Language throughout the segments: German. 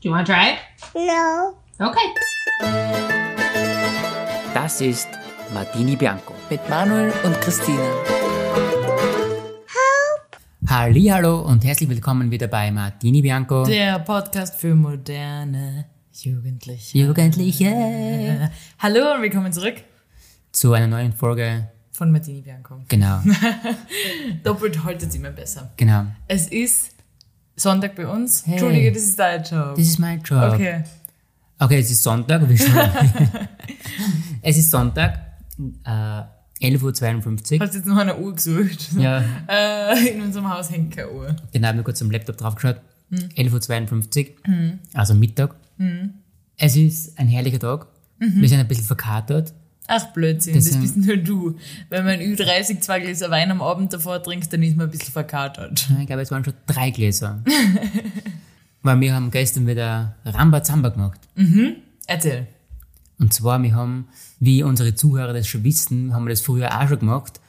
Do you want to try it? No. Okay. Das ist Martini Bianco. mit Manuel und Christina. Hallo und herzlich willkommen wieder bei Martini Bianco. Der Podcast für moderne Jugendliche. Jugendliche. Hallo und willkommen zurück Zu einer neuen Folge. von Martini Bianco. Genau, Doppelt heute ist immer besser. genau. Es ist Sonntag bei uns. Hey. Entschuldige, das ist dein Job. Das ist mein Job. Okay. Okay, es ist Sonntag. Wie schon. es ist Sonntag, äh, 11.52 Uhr. Hast jetzt noch eine Uhr gesucht? Ja, Äh, in unserem Haus hängt keine Uhr. genau, haben wir kurz am Laptop draufgeschaut. Hm. 11.52 Uhr, also Mittag. Es ist ein herrlicher Tag. Mhm. Wir sind ein bisschen verkatert. Ach Blödsinn, Das das, sind- bist nur du. Wenn man über 30 zwei Gläser Wein am Abend davor trinkt, dann ist man ein bisschen verkatert. Ich glaube, es waren schon drei Gläser. Weil wir haben gestern wieder Rambazamba gemacht. Erzähl. Und zwar, wir haben, wie unsere Zuhörer das schon wissen, haben wir das früher auch schon gemacht.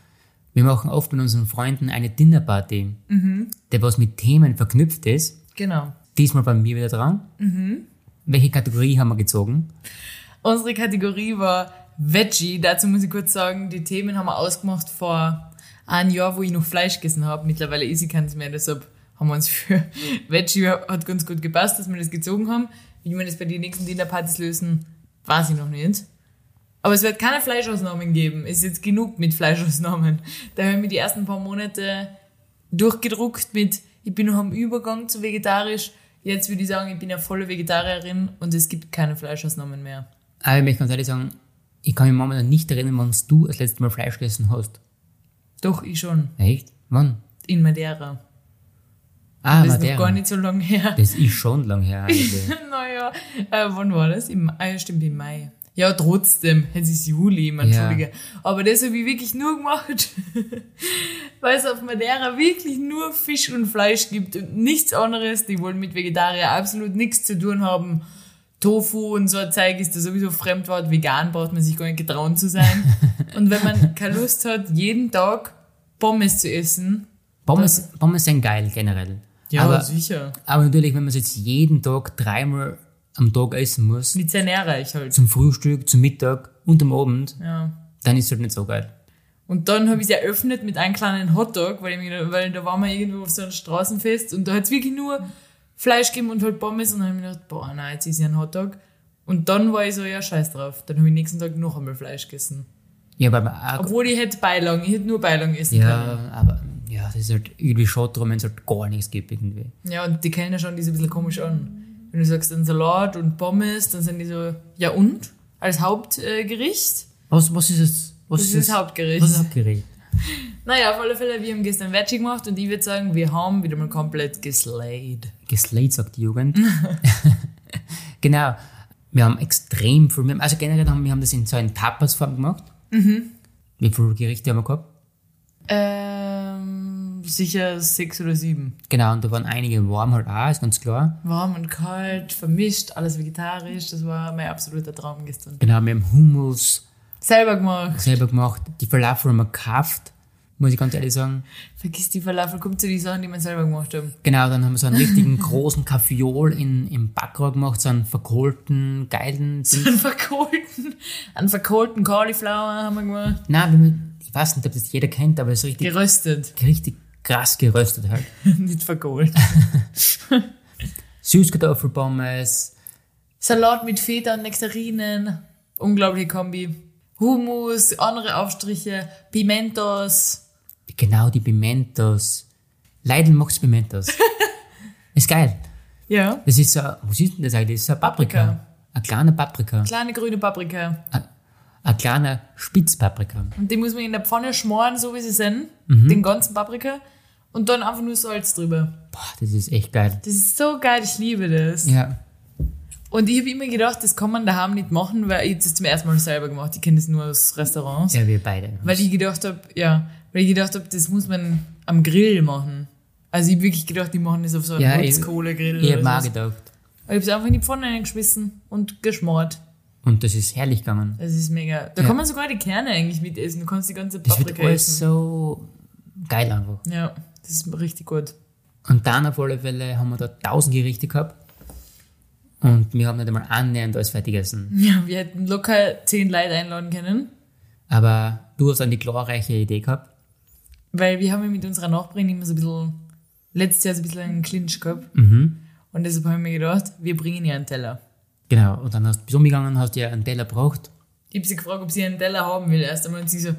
Wir machen oft mit unseren Freunden eine Dinnerparty, Mhm. der was mit Themen verknüpft ist. Genau. Diesmal bei mir wieder dran. Mhm. Welche Kategorie haben wir gezogen? Unsere Kategorie war Veggie. Dazu muss ich kurz sagen, die Themen haben wir ausgemacht vor einem Jahr, wo ich noch Fleisch gegessen habe. Mittlerweile esse ich keins mehr, deshalb haben wir uns für Veggie hat ganz gut gepasst, dass wir das gezogen haben. Wie wir das bei den nächsten Dinnerpartys lösen, weiß ich noch nicht. Aber es wird keine Fleischausnahmen geben. Es ist jetzt genug mit Fleischausnahmen. Da haben wir die ersten paar Monate durchgedruckt mit, ich bin noch am Übergang zu vegetarisch. Jetzt würde ich sagen, ich bin eine volle Vegetarierin und es gibt keine Fleischausnahmen mehr. Aber ich möchte ganz ehrlich sagen, ich kann mich momentan nicht erinnern, wann du das letzte Mal Fleisch gegessen hast. Doch, ich schon. Echt? Wann? In Madeira. Ah, Das ist Madeira. noch gar nicht so lange her. das ist schon lang her eigentlich. naja, äh, wann war das? Im, ah, ja, stimmt, im Mai. Ja, trotzdem. Es ist Juli, man Ja. Entschuldige. Aber das habe ich wirklich nur gemacht, weil es auf Madeira wirklich nur Fisch und Fleisch gibt und nichts anderes. Die wollen mit Vegetarier absolut nichts zu tun haben. Tofu und so ein Zeug ist da sowieso Fremdwort. Vegan braucht man sich gar nicht getrauen zu sein. und wenn man keine Lust hat, jeden Tag Pommes zu essen, Pommes, Pommes sind geil generell. ja, aber, sicher. aber natürlich, wenn man es jetzt jeden Tag dreimal am Tag essen muss, Nicht sehr nährreich halt. zum Frühstück, zum Mittag und am Abend, Ja. dann ist es halt nicht so geil. Und dann habe ich es eröffnet mit einem kleinen Hotdog, weil, ich mir, weil da waren wir irgendwo auf so einem Straßenfest und da hat es wirklich nur Fleisch gegeben und halt Pommes und dann habe ich mir gedacht, boah, nein, jetzt ist ja ein Hotdog. Und dann war ich so, ja, scheiß drauf. Dann habe ich nächsten Tag noch einmal Fleisch gegessen. Ja, weil man auch, Obwohl ich hätte Beilagen, ich hätte nur Beilagen essen ja, aber ja, das ist halt irgendwie schade drum, wenn es halt gar nichts gibt irgendwie. können. Ja, und die Kellner schauen die so ein bisschen komisch an. Wenn du sagst, ein Salat und Pommes, dann sind die so, ja und? Als Hauptgericht? Was, was ist es? Was Das ist das Hauptgericht. Was ist das Hauptgericht? Naja, auf alle Fälle, wir haben gestern Veggie gemacht und ich würde sagen, wir haben wieder mal komplett geslayed. Geslayed, sagt die Jugend. genau. Wir haben extrem viel, wir haben- also generell haben wir haben das in so einer Tapas-Form gemacht. Mhm. Wie viele Gerichte haben wir gehabt? Ähm, sicher sechs oder sieben. Genau, und da waren einige warm halt auch, ist ganz klar. Warm und kalt, vermischt, alles vegetarisch. Das war mein absoluter Traum gestern. Genau, wir haben Hummus Selber gemacht. selber gemacht, die Falafel haben wir gekauft, muss ich ganz ehrlich sagen. Vergiss die Falafel, kommt zu den Sachen, die wir selber gemacht haben. Genau, dann haben wir so einen richtigen großen Kaffeeol in, im Backrohr gemacht, so einen verkohlten, geilen Ding. Einen verkohlten, einen verkohlten Cauliflower haben wir gemacht. Nein, wenn man, ich weiß nicht, ob das jeder kennt, aber es ist richtig, Geröstet, richtig krass geröstet halt. nicht verkohlt. Süßkartoffelpommes, Salat mit Feta und Nektarinen. Unglaubliche Kombi. Hummus, andere Aufstriche, Pimentos. genau die Pimentos. Leiden magst Pimentos. ist geil. Ja. Das ist so, was ist denn das eigentlich? Das ist so ein Paprika. Paprika. Ein kleiner Paprika. Kleine grüne Paprika. Ein kleiner Spitzpaprika. Und die muss man in der Pfanne schmoren, so wie sie sind. Mhm. Den ganzen Paprika. Und dann einfach nur Salz drüber. Boah, das ist echt geil. Das ist so geil, ich liebe das. Ja. Und ich habe immer gedacht, das kann man daheim nicht machen, weil ich das zum ersten Mal selber gemacht Ich kenne das nur aus Restaurants. Ja, wir beide. Weil ich gedacht habe, ja, weil ich gedacht habe, das muss man am Grill machen. Also ich habe wirklich gedacht, die machen das auf so Ja, einem ich- Holzkohlegrill Ich hab mir oder auch so. gedacht. Ich habe es einfach in die Pfanne reingeschmissen und geschmort. Und das ist herrlich gegangen. Das ist mega. Da kann man sogar die Kerne eigentlich mitessen. Du kannst die ganze Das wird Paprika alles essen. so geil einfach. Ja, das ist richtig gut. Und dann auf alle Fälle haben wir da 1000 Gerichte gehabt. Und wir haben nicht einmal annähernd alles fertig gegessen. Ja, wir hätten locker zehn Leute einladen können, Aber du hast eine glorreiche Idee gehabt. weil wir haben ja mit unserer Nachbarin immer so ein bisschen, letztes Jahr so ein bisschen einen Clinch gehabt. Und deshalb haben wir gedacht, wir bringen ihr einen Teller. Genau. Und dann hast du bis umgegangen, hast dir einen Teller braucht. Ich habe sie gefragt, ob sie einen Teller haben will erst einmal. Und sie so,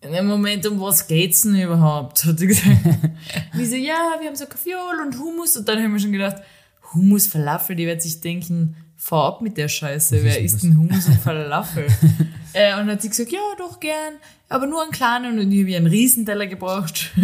in dem Moment, um was geht's denn überhaupt? Hat sie gesagt. wir so, ja, wir haben so Kaffeeol und Hummus. Und dann haben wir schon gedacht, Hummus, Falafel, die wird sich denken, fahr ab mit der Scheiße. Wer ist isst denn Hummus und Falafel? äh, und hat sie gesagt, ja, doch, gern. Aber nur einen kleinen. Und ich habe ihr einen Riesenteller gebraucht.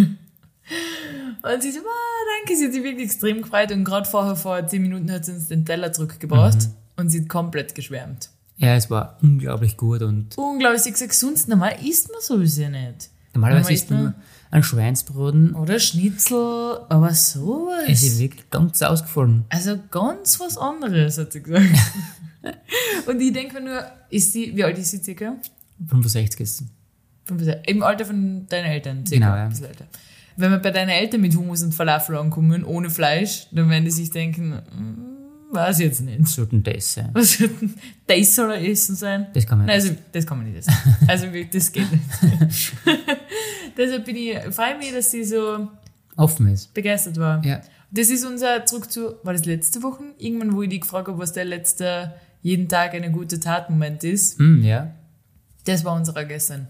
Und sie so, ah, danke, sie hat sich wirklich extrem gefreut. Und gerade vorher, vor zehn Minuten, hat sie uns den Teller zurückgebracht. Und sie hat komplett geschwärmt. Ja, es war unglaublich gut und Unglaublich, ich sag sonst normal isst man sowieso nicht. normalerweise Normal isst man nur einen Schweinsbraten. Oder Schnitzel, aber Es ist sowas. wirklich ganz ausgefallen. Also ganz was anderes, hat sie gesagt. Und ich denke mir nur, ist sie, wie alt ist sie circa? 65 ist Fünf, sechs- Im Alter von deinen Eltern, circa. Genau, ja. ein bisschen älter. Wenn wir bei deinen Eltern mit Hummus und Falafel ankommen, ohne Fleisch, dann werden die sich denken, "Mm, weiß jetzt nicht. sollten das sein. Was wird denn das soll er essen sein? Das kann man Nein, nicht. also, das kann man nicht essen. Also, wirklich, das geht nicht. Deshalb bin ich, freue mich, dass sie so Offen ist. begeistert war. Ja. Das ist unser zurück zu, war das letzte Woche? Irgendwann, wo ich dich gefragt habe, was der letzte jeden Tag eine gute Tatmoment ist. Mm, ja. Das war unserer gestern.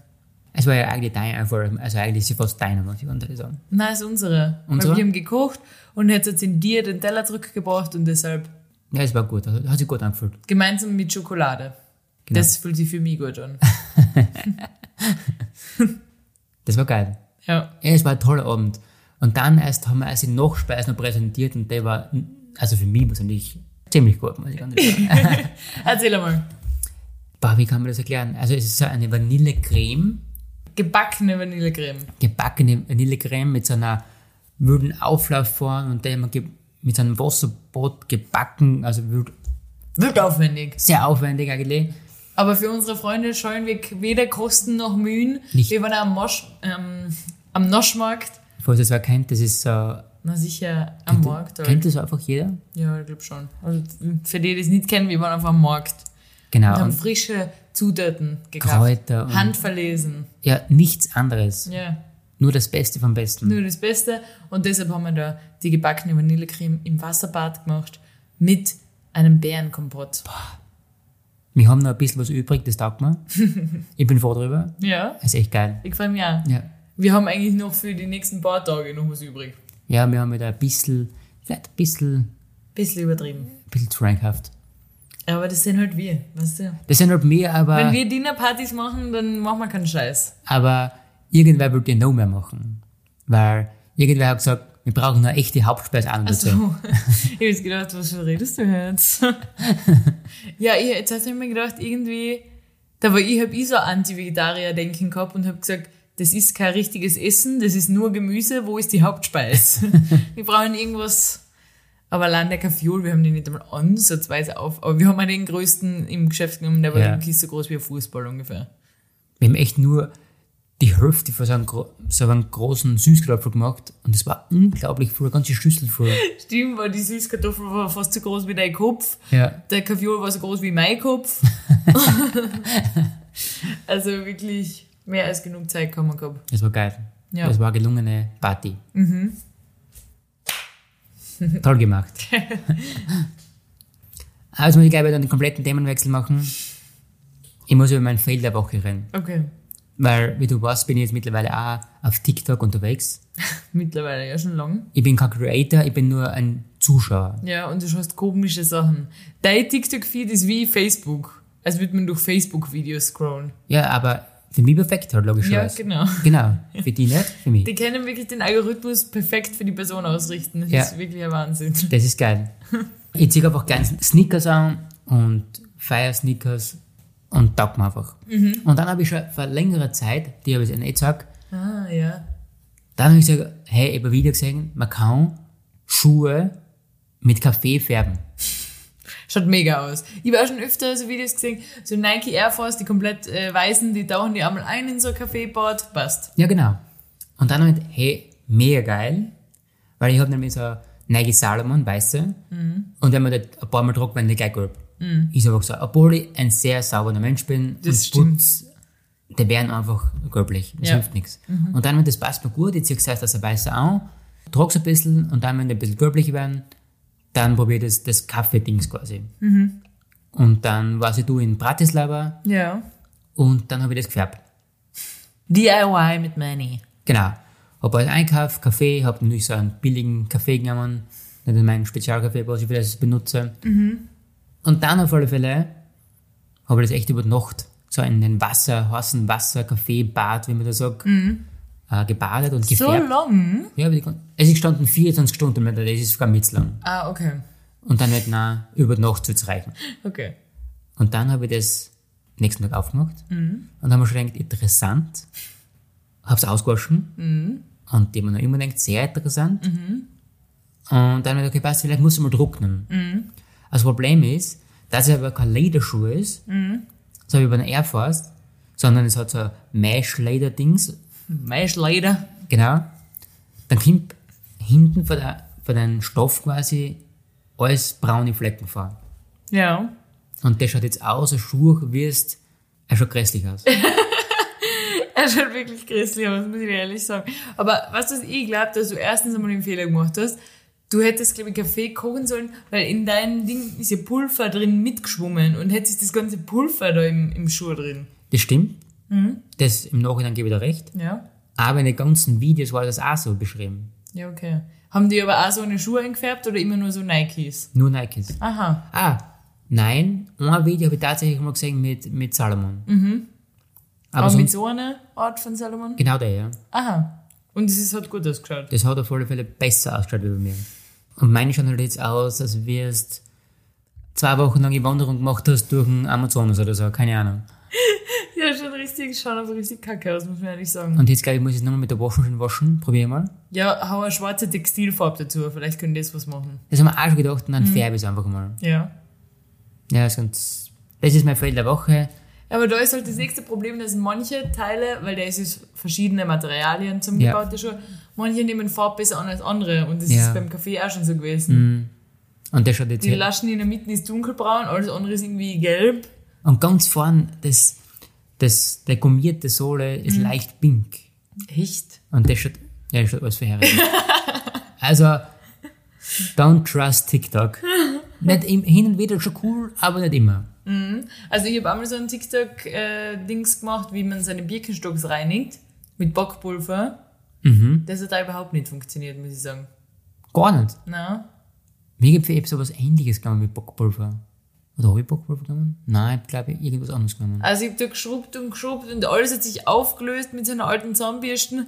Es war ja eigentlich dein Erfolg, also eigentlich ist es fast deiner, muss ich ganz ehrlich sagen. Nein, ist unsere. Unsere? Weil wir haben gekocht und jetzt hat sie dir den Teller zurückgebracht und deshalb Ja, es war gut, also, hat sich gut angefühlt. gemeinsam mit Schokolade. Genau. Das fühlt sich für mich gut an. Das war geil. Ja. Ja, es war ein toller Abend. Und dann erst haben wir erst die Nachspeisen präsentiert und der war, also für mich persönlich, ziemlich gut, muss ich ganz ehrlich sagen. Erzähl einmal. Boah, wie kann man das erklären? Also es ist so eine Vanillecreme, Gebackene Vanillecreme. gebackene Vanillecreme mit so einer wilden Auflauf vorn und der immer ge- mit so einem Wasserbad gebacken, also wild, Wird aufwendig. sehr aufwendig eigentlich. Aber für unsere Freunde scheuen wir weder Kosten noch Mühen. Nicht. Wir waren am, Mosch, ähm, am Noschmarkt. Falls ihr es wer kennt, das ist so, Na sicher, am Markt. Halt. kennt das einfach jeder? Ja, ich glaube schon. Also für die, die es nicht kennen, wir waren einfach am Markt. Und Genau, haben und frische Zutaten gekauft. Kräuter und Handverlesen. ja, nichts anderes, Ja, nur das Beste vom Besten. nur das Beste. Und deshalb haben wir da die gebackene Vanillecreme im Wasserbad gemacht mit einem Bärenkompott. Wir haben noch ein bisschen was übrig, das taugt mir. ich bin froh drüber, Ja, ist echt geil. ich freue mich auch. Ja. Wir haben eigentlich noch für die nächsten paar Tage noch was übrig. ja, wir haben wieder ein bisschen, vielleicht ein bisschen, Bisschen übertrieben. ein bisschen trankhaft. Aber das sind halt wir, weißt du? Das sind halt mehr, aber, Wenn wir Dinnerpartys machen, dann machen wir keinen Scheiß. aber irgendwer wird ja noch mehr machen. Weil irgendwer hat gesagt, wir brauchen noch echte Hauptspeise an und Also, dazu. ich hab jetzt gedacht, was redest du jetzt? ja, ich, jetzt hab ich mir gedacht, irgendwie, da war ich, hab ich so Anti-Vegetarier-Denken gehabt und hab gesagt, das ist kein richtiges Essen, das ist nur Gemüse, wo ist die Hauptspeise? wir brauchen irgendwas, aber allein der Kaffeeol, wir haben den nicht einmal ansatzweise auf, aber wir haben auch den größten im Geschäft genommen, der war Ja. wirklich so groß wie ein Fußball ungefähr. Wir haben echt nur die Hälfte von so einem, gro so einem großen Süßkartoffel gemacht und es war unglaublich voll, eine ganze Schüssel voll. Stimmt, weil die Süßkartoffel war fast so groß wie dein Kopf. ja, Der Kaviol war so groß wie mein Kopf. also wirklich mehr als genug Zeit kann man gehabt. das war geil. Ja. Mhm. Das war eine gelungene Party. Toll gemacht. Aber jetzt muss ich gleich wieder einen kompletten Themenwechsel machen. Ich muss über mein Fail der Woche reden. Okay. Weil, wie du weißt, bin ich jetzt mittlerweile auch auf TikTok unterwegs. Mittlerweile ja schon lang. Ich bin kein Creator, ich bin nur ein Zuschauer. Ja, und du schaust komische Sachen. Dein TikTok-Feed ist wie Facebook. Als würde man durch Facebook-Videos scrollen. Ja, aber für mich perfekt halt, ja, logischerweise. genau. genau. Für die nicht, für mich. Die können wirklich den Algorithmus perfekt für die Person ausrichten. Das Ja. ist wirklich ein Wahnsinn. Das ist geil. Ich ziehe einfach gerne Sneakers an und feier Sneakers und taug mir einfach. Und dann habe ich schon vor längerer Zeit, die habe ich nicht gesagt, Ah, ja. dann habe ich gesagt, hey, ich habe ein Video gesehen, man kann Schuhe mit Kaffee färben. Schaut mega aus. Ich habe auch schon öfter so Videos gesehen, so Nike Air Force, die komplett äh, weißen, die tauchen die einmal ein in so ein Kaffeebad. Passt. Ja, genau. Und dann habe ich, hey, mega geil, weil ich habe nämlich so Nike Salomon, weiße. Mhm. Und wenn man das ein paar Mal druckt, wenn die geil gelb. Ist aber gesagt, obwohl ich ein sehr sauberer Mensch bin, Das und stimmt. putz, die werden einfach gelblich. Das Ja. Mhm. hilft nichts. Und dann, wenn das passt mir gut, ich ziehe zuerst das weiße an, druck's ein bisschen und dann, wenn die ein bisschen gelblich werden, dann probiere ich das, das Kaffee-Dings quasi. Mhm. Und dann war ich du in Bratislava Ja. und dann habe ich das gefärbt. DIY mit Manny. Genau. Hab halt einkauft, Kaffee, hab natürlich so einen billigen Kaffee genommen, nicht meinen Spezialkaffee, was ich für das benutze. Und dann auf alle Fälle habe ich das echt über die Nacht so in den Wasser, heißen Wasser, Kaffee, Bad, wie man das sagt, äh, gebadet und So gefärbt. long? Ja, aber die kon- also es ist gestanden 24 Stunden, mit, das ist sogar mitzlang. Ah, okay. Und dann nicht, na über die Nacht zu reichen. Okay. Und dann habe ich das nächsten Tag aufgemacht und habe mir schon gedacht, interessant. Habe es ausgewaschen und die haben mir noch immer gedacht, sehr interessant. Und dann habe ich gedacht, okay, passt, vielleicht muss ich mal drucken. Das Problem ist, dass es aber kein Lederschuh ist, so wie bei einer Air Force, sondern es hat so Mesh-Leder-Dings, Mesh later. genau. Dann kommt hinten von, der, von dem Stoff quasi alles braune Flecken vor. Ja. Und der schaut jetzt aus, als Schuh wirst, er schaut grässlich aus. Er schaut wirklich grässlich aus, muss ich dir ehrlich sagen. Aber was das ich glaube, dass du erstens einmal den Fehler gemacht hast, du hättest, glaube ich, Kaffee kochen sollen, weil in deinem Ding ist ja Pulver drin mitgeschwommen und hättest das ganze Pulver da im, im Schuh drin. Das stimmt. Mhm. Das im Nachhinein gebe ich dir recht. Ja? Aber in den ganzen Videos war das auch so beschrieben. Ja, okay. Haben die aber auch so eine Schuhe eingefärbt oder immer nur so Nikes? Nur Nikes. Aha. Ah, nein. Ein Video habe ich tatsächlich mal gesehen mit, mit Salomon. Aber, Mhm. Aber mit sonst, so einer Art von Salomon? genau der, ja. Aha. Und es ist- hat gut ausgeschaut. Das hat auf alle Fälle besser ausgeschaut wie bei mir. Und meine schauen halt jetzt aus, als wirst zwei Wochen lang die Wanderung gemacht hast durch den Amazonas oder so. Keine Ahnung. Ja, schon richtig, schaut aber richtig kacke aus, muss man ehrlich sagen. Und jetzt, glaube ich, muss ich es nochmal mit der Waschmaschine waschen. Probier mal. Ja, hau eine schwarze Textilfarbe dazu, vielleicht können die das was machen. Das haben wir auch schon gedacht und dann Mhm. färbe ich es einfach mal. Ja. Ja, das ist ganz. Das ist mein Fail der Woche. Aber da ist halt das nächste Problem, dass manche Teile, weil da ist es verschiedene Materialien zum Ja. gebauten Schuh, manche nehmen Farbe besser an als andere und das Ja. Mhm. ist beim Kaffee auch schon so gewesen. Und der schaut jetzt Die her- Laschen in der Mitte ist dunkelbraun, alles andere ist irgendwie gelb. Und ganz vorn, das, das, der gummierte Sohle ist leicht pink. Echt? Und der schaut, ja, der schaut alles verheiratet. also, don't trust TikTok. nicht im, hin und wieder schon cool, aber nicht immer. Also ich habe einmal so ein TikTok-Dings gemacht, wie man seine Birkenstocks reinigt mit Backpulver. Mhm. Das hat da überhaupt nicht funktioniert, muss ich sagen. Gar nicht. Na? Mir gibt es sowas ähnliches genommen wie Bockpulver. Oder habe ich Bockpulver genommen? Nein, ich glaube, irgendwas anderes genommen. Also ich habe da geschrubbt und geschrubbt und alles hat sich aufgelöst mit seiner alten Zahnbürsten.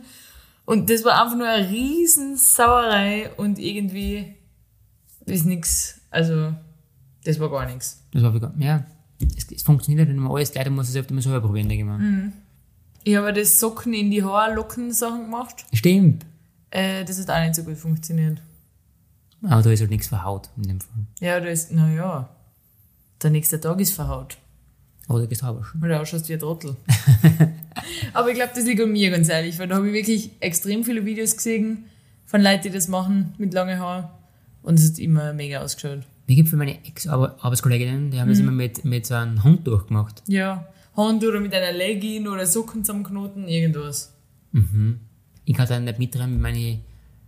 Und das war einfach nur eine riesen Sauerei und irgendwie ist nix. Also, das war gar nichts. Das war wieder, ja. Es, es funktioniert halt nicht immer alles, leider muss ich es öfter mal selber probieren, denke ich mal. Ich habe das Socken in die Haare locken Sachen gemacht. Stimmt. Äh, das hat auch nicht so gut funktioniert. Aber da ist halt nichts verhaut in dem Fall. Ja, da ist, naja, der nächste Tag ist verhaut. Oder gestraubt. Weil du ausschaust wie ein Trottel. Aber ich glaube, das liegt an mir, ganz ehrlich, weil da habe ich wirklich extrem viele Videos gesehen von Leuten, die das machen mit langen Haaren. Und es hat immer mega ausgeschaut. Mir gibt es für meine Ex-Arbeitskolleginnen, die haben das immer mit, mit so einem Hund durchgemacht. Ja. Handtuch oder mit einer Legging oder Socken zusammenknoten, irgendwas. Ich kann da nicht mitrennen mit meinen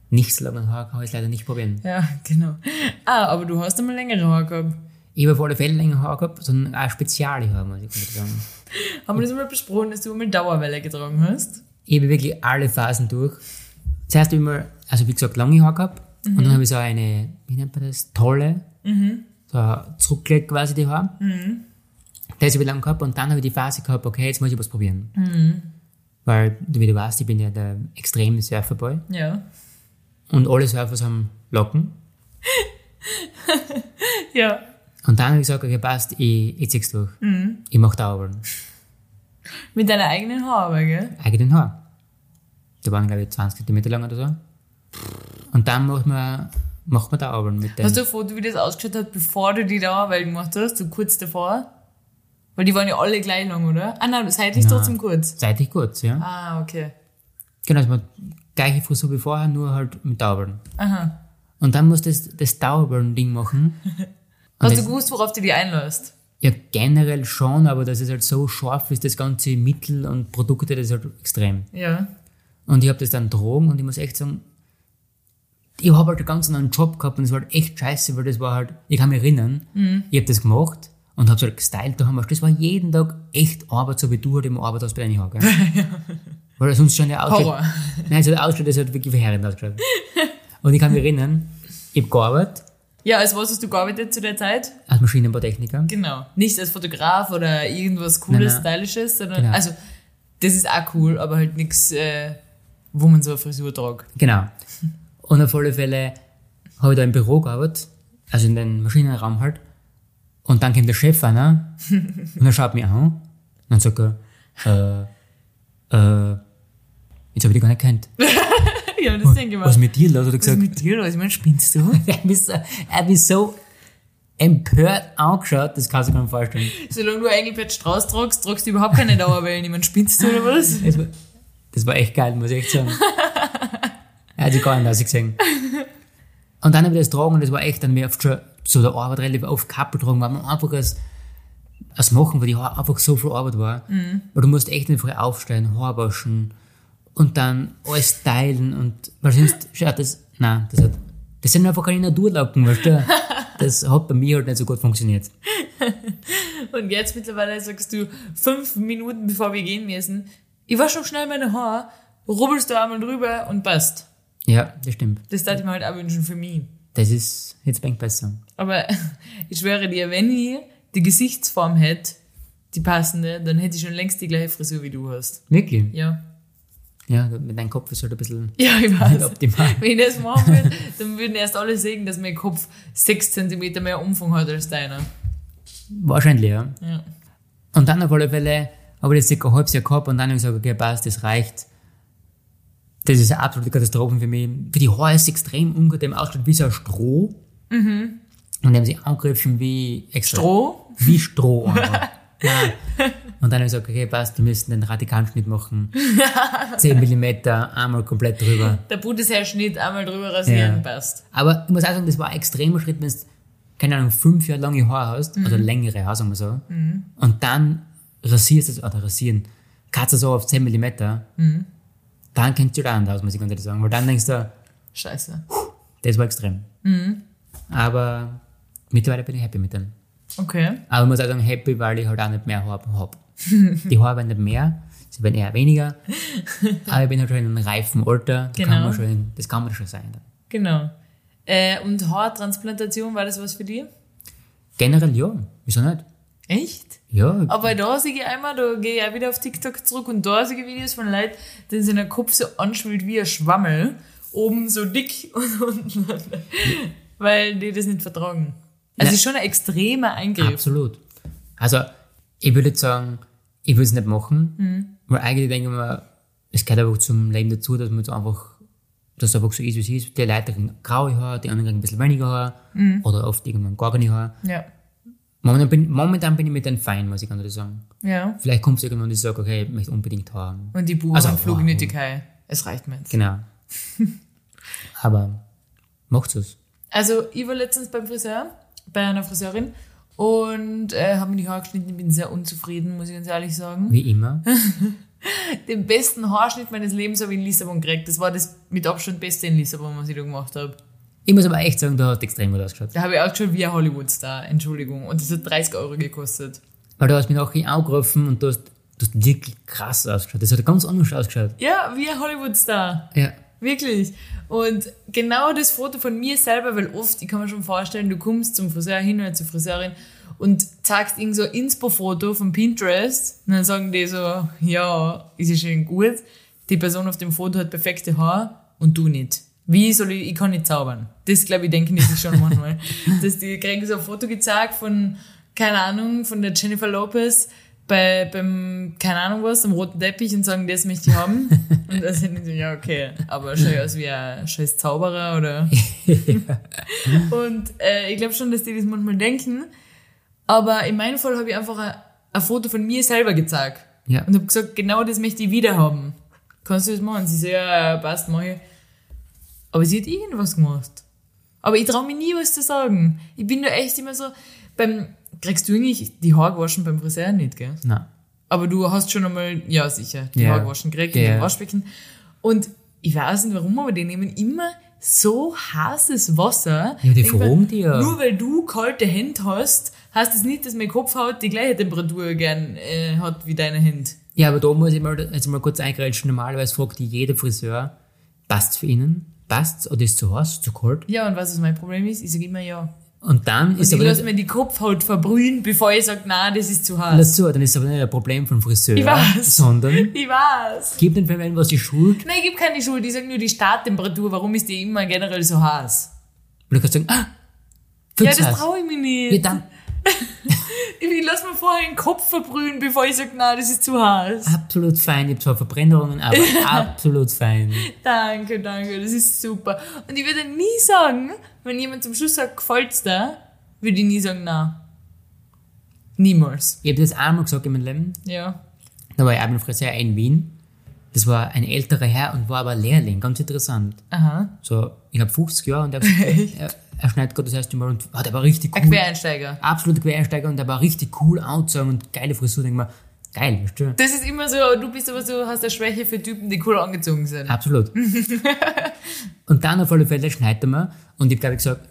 nicht so langen Haaren, kann ich es leider nicht probieren. Ja, genau. Ah, aber du hast einmal längere Haare gehabt. Ich habe auf alle Fälle länger Haare gehabt, sondern auch spezielle Haare, muss ich ganz ehrlich sagen. Haben wir das mal besprochen, dass du einmal Dauerwelle getragen hast? Ich habe wirklich alle Phasen durch. Zuerst habe ich mal, also wie gesagt, lange Haare gehabt und dann habe ich so eine, wie nennt man das, tolle, so zurückgelegt quasi die Haare. Das habe ich lange gehabt und dann habe ich die Phase gehabt, okay, jetzt muss ich was probieren. Weil, wie du weißt, ich bin ja der extreme Surferboy. Ja. Und alle Surfers haben Locken. Ja. Und dann habe ich gesagt, okay, passt, ich, ich zieh's durch. Mhm. Ich mache Dauerwellen. Mit deiner eigenen Haare, gell? Eigenen Haar. Die waren, glaube ich, 20 cm lang oder so. Und dann macht man, macht man Dauerwellen mit dem. Hast du ein Foto, wie das ausgeschaut hat, bevor du die Dauerwelle gemacht hast, so kurz davor? Weil die waren ja alle gleich lang, oder? Ah nein, seitlich Nein. trotzdem kurz. Seitlich kurz, ja. Ah, okay. Genau, also man, gleiche Frisur wie vorher, nur halt mit Dauerwellen. Aha. Und Und dann musst du das, das Dauerböllen-Ding machen. Und Hast das- du gewusst, worauf du dich einlässt? Ja, generell schon, aber dass es halt so scharf ist, das ganze Mittel und Produkte, das ist halt extrem. Ja. Und ich habe das dann drogen und ich muss echt sagen, ich habe halt einen ganz anderen Job gehabt und es war halt echt scheiße, weil das war halt, ich kann mich erinnern, ich habe das gemacht und habe es halt gestylt daheim. Das war jeden Tag echt Arbeit, so wie du halt immer Arbeit hast bei deinen Haaren. gell? Weil sonst schon der Ausschnitt, Horror. nein, so der Ausschnitt, das hat wirklich verheerend ausgeschaut. Und ich kann mich erinnern, ich habe gearbeitet Ja, als was hast du gearbeitet zu der Zeit? als Maschinenbautechniker. Genau. Nicht als Fotograf oder irgendwas Cooles, Nein, Stylisches, sondern. Genau. Also, das ist auch cool, aber halt nichts, äh, wo man so eine Frisur tragt. Genau. Und auf alle Fälle habe ich da im Büro gearbeitet, also in den Maschinenraum halt. Und dann kommt der Chef an und er schaut mich an und dann sagt er, äh, äh, jetzt habe ich dich gar nicht gekannt. ja, das denke ich mal. Was ist mit dir los? Hat er Was ist gesagt, mit dir los? Ich meine, spinnst du? er hat mich so, er hat mich so empört angeschaut, das kannst du dir gar nicht vorstellen. Solange du Engelbert Strauß tragst, tragst du überhaupt keine Dauerwellen. Ich meine, spinnst du oder was? Das war, das war echt geil, muss ich echt sagen. er hat sich gar nicht ausgesehen. Und dann habe ich das getragen und das war echt dann mir oft schon so der Arbeit relativ oft kaputt getragen, weil man einfach als, als machen, weil die Haare einfach so viel Arbeit war. Weil du musst echt in der Früh aufstehen, Haar waschen und dann alles teilen und, weil sonst, schaut das, nein, das hat, das sind einfach keine Naturlocken, weißt du? Das hat bei mir halt nicht so gut funktioniert. Und jetzt mittlerweile sagst du, fünf Minuten bevor wir gehen müssen, ich wasche noch schnell meine Haare, rubbelst du einmal drüber und passt. Ja, das stimmt. Das darf ich mir halt auch wünschen für mich. Das ist jetzt Bank besser. Aber ich schwöre dir, wenn ich die Gesichtsform hätte, die passende, dann hätte ich schon längst die gleiche Frisur wie du hast. Wirklich? Ja. Ja, mit deinem Kopf ist halt ein bisschen Ja, ich nicht weiß. optimal. Wenn ich das machen würde, dann würden erst alle sehen, dass mein Kopf sechs Zentimeter mehr Umfang hat als deiner. Wahrscheinlich, ja. Ja. Und dann auf alle Fälle habe ich das circa ein halbes Jahr gehabt und dann habe ich gesagt, okay, passt, das reicht. Das ist eine absolute Katastrophe für mich. Für die Haare ist es extrem ungut, dem ausschaut wie so ein Stroh. Und die haben sie angegriffen wie extra, Mhm. Stroh? Wie Stroh. einfach. Nein. Und dann habe ich gesagt, okay, passt, wir müssen den Radikalschnitt machen. 10 mm, einmal komplett drüber. Der Bundesherrschnitt einmal drüber rasieren Ja. passt. Aber ich muss auch sagen, das war ein extremer Schritt, wenn du, keine Ahnung, fünf Jahre lange Haare hast, oder längere Haare, sagen wir so, und dann rasierst du es, oder rasieren, kannst du so auf 10 mm, dann kennst du da anders, muss ich ganz ehrlich sagen, weil dann denkst du, Scheiße. das war extrem. Aber mittlerweile bin ich happy mit dem. Okay. Aber ich muss auch sagen, happy, weil ich halt auch nicht mehr Haare habe. Die Haare werden nicht mehr, sie werden eher weniger, aber ich bin halt schon in einem reifen Alter, das, kann, Genau. man schon, das kann man schon sein. Dann. Genau. Äh, und Haartransplantation, war das was für dich? Generell ja, wieso nicht? Echt? Ja, Aber da sehe ich einmal, da gehe ich auch wieder auf TikTok zurück und da sehe ich Videos von Leuten, denen sich der Kopf so anschwillt wie ein Schwammel. Oben so dick und unten. Weil die das nicht vertragen. Also Na. ist schon ein extremer Eingriff. Absolut. Also, ich würde jetzt sagen, ich würde es nicht machen, weil eigentlich denke ich mir, es gehört einfach zum Leben dazu, dass man jetzt einfach, dass es einfach so ist, wie es ist. Die Leute kriegen graue Haare, die anderen kriegen ein bisschen weniger Haare oder oft irgendwann gar keine Haare. Ja. Momentan bin, momentan bin ich mit denen fein, muss ich ganz ehrlich sagen. Ja. Vielleicht kommt es irgendwann und ich sage, okay, ich möchte unbedingt Haare haben. Und die Buben Also, also, flogen in die wow. Türkei. Es reicht mir jetzt. Genau. Aber macht es. Also, ich war letztens beim Friseur, bei einer Friseurin und äh, habe mir die Haare geschnitten. Bin sehr unzufrieden, muss ich ganz ehrlich sagen. Wie immer. Den besten Haarschnitt meines Lebens habe ich in Lissabon gekriegt. Das war das mit Abstand Beste in Lissabon, was ich da gemacht habe. Ich muss aber echt sagen, du hast extrem gut ausgeschaut. Da habe ich auch schon wie ein Hollywood-Star, Entschuldigung. Und das hat 30 Euro gekostet. Weil du hast mich nachher angerufen und du hast, du hast wirklich krass ausgeschaut. Das hat ganz anders ausgeschaut. Ja, wie ein Hollywood-Star. Ja. Wirklich. Und genau das Foto von mir selber, weil oft, ich kann mir schon vorstellen, du kommst zum Friseur hin oder zur Friseurin und zeigst irgend so ein Inspo-Foto von Pinterest und dann sagen die so, ja, ist ja schön gut, die Person auf dem Foto hat perfekte Haare und du nicht. Wie soll ich, ich kann nicht zaubern. Das glaube ich, denken die sich schon manchmal. Dass die kriegen so ein Foto gezeigt von, keine Ahnung, von der Jennifer Lopez bei, beim, keine Ahnung was, am roten Teppich und sagen, das möchte ich haben. Und dann sind die so, ja, okay, aber schau ich aus wie ein scheiß Zauberer oder. Und äh, ich glaube schon, dass die das manchmal denken. Aber in meinem Fall habe ich einfach ein, ein Foto von mir selber gezeigt. Ja. Und habe gesagt, genau das möchte ich wieder haben. Kannst du das machen? Sie so, ja, passt, mach ich. Aber sie hat irgendwas gemacht. Aber ich traue mir nie was zu sagen. Ich bin da echt immer so, beim, kriegst du eigentlich die Haare gewaschen beim Friseur nicht, gell? Nein. Aber du hast schon einmal, ja sicher, die Ja. Haare gewaschen gekriegt Ja. in dem Waschbecken. Und ich weiß nicht warum, aber die nehmen immer so heißes Wasser. Ja, die Denk mal, fragen die ja. Nur weil du kalte Hände hast, heißt es nicht, dass meine Kopfhaut die gleiche Temperatur gern äh, hat wie deine Hände. Ja, aber da muss ich mal, jetzt mal kurz eingrätschen. Normalerweise fragt die jeder Friseur, passt für ihnen? Passt's oder ist zu heiß, zu kalt? Ja, und was ist mein Problem ist? Ich sage immer ja. Und dann ist Ich aber lasse nicht, mir die Kopfhaut verbrühen, bevor ich sage, na, das ist zu heiß. dazu, dann ist aber nicht ein Problem vom Friseur, Ich weiß. sondern Ich weiß. gib den Verwenden, was die Schuld. Nein, ich gebe keine Schuld, ich sage nur die Starttemperatur, warum ist die immer generell so heiß? Und du kannst sagen, ah, Ja, fünf das heiß. traue ich mir nicht. Ja, dann Ich will- lass mir vorher den Kopf verbrühen, bevor ich sage, na, das ist zu heiß. absolut fein. Ich habe zwar Verbrennerungen, aber absolut fein. Danke, danke, das ist super. Und ich würde nie sagen, wenn jemand zum Schluss sagt, gefällt's dir, würde ich nie sagen, na. Niemals. Ich habe das einmal gesagt in meinem Leben. Ja. Da war ich auch beim Friseur in Wien. Das war ein älterer Herr und war aber Lehrling, ganz interessant. Aha. So, ich habe 50 Jahre und er, er, er schneidet gerade das erste Mal und ah, der war richtig Ein cool. Quereinsteiger. Absoluter Quereinsteiger und der war richtig cool angezogen und geile Frisur. Denk mal, geil, weißt du? Das ist immer so, du bist aber so, hast eine Schwäche für Typen, die cool angezogen sind. Absolut. und dann auf alle Fälle schneidet er mir und ich glaube, ich gesagt,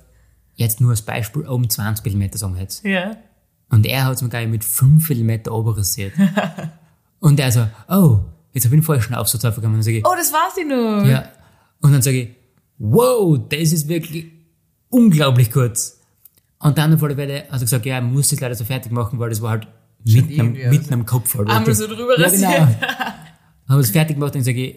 jetzt nur als Beispiel, oben 20 mm sagen wir jetzt. Ja. Und er hat es mir gleich mit 5 mm oberrasiert. und er so, oh, jetzt habe ich den falschen Aufsatz aufgegangen. Und dann sage ich, Oh, das war's ich noch. ja. Und dann sage ich, wow, das ist wirklich unglaublich kurz. Und dann auf alle Fälle hat er gesagt, ja, er muss das leider so fertig machen, weil das war halt mitten am, irgendwie, also mitten am Kopf. Halt, Einmal weißt so du. drüber ja, rasiert. genau. Haben wir es fertig gemacht und sage ich,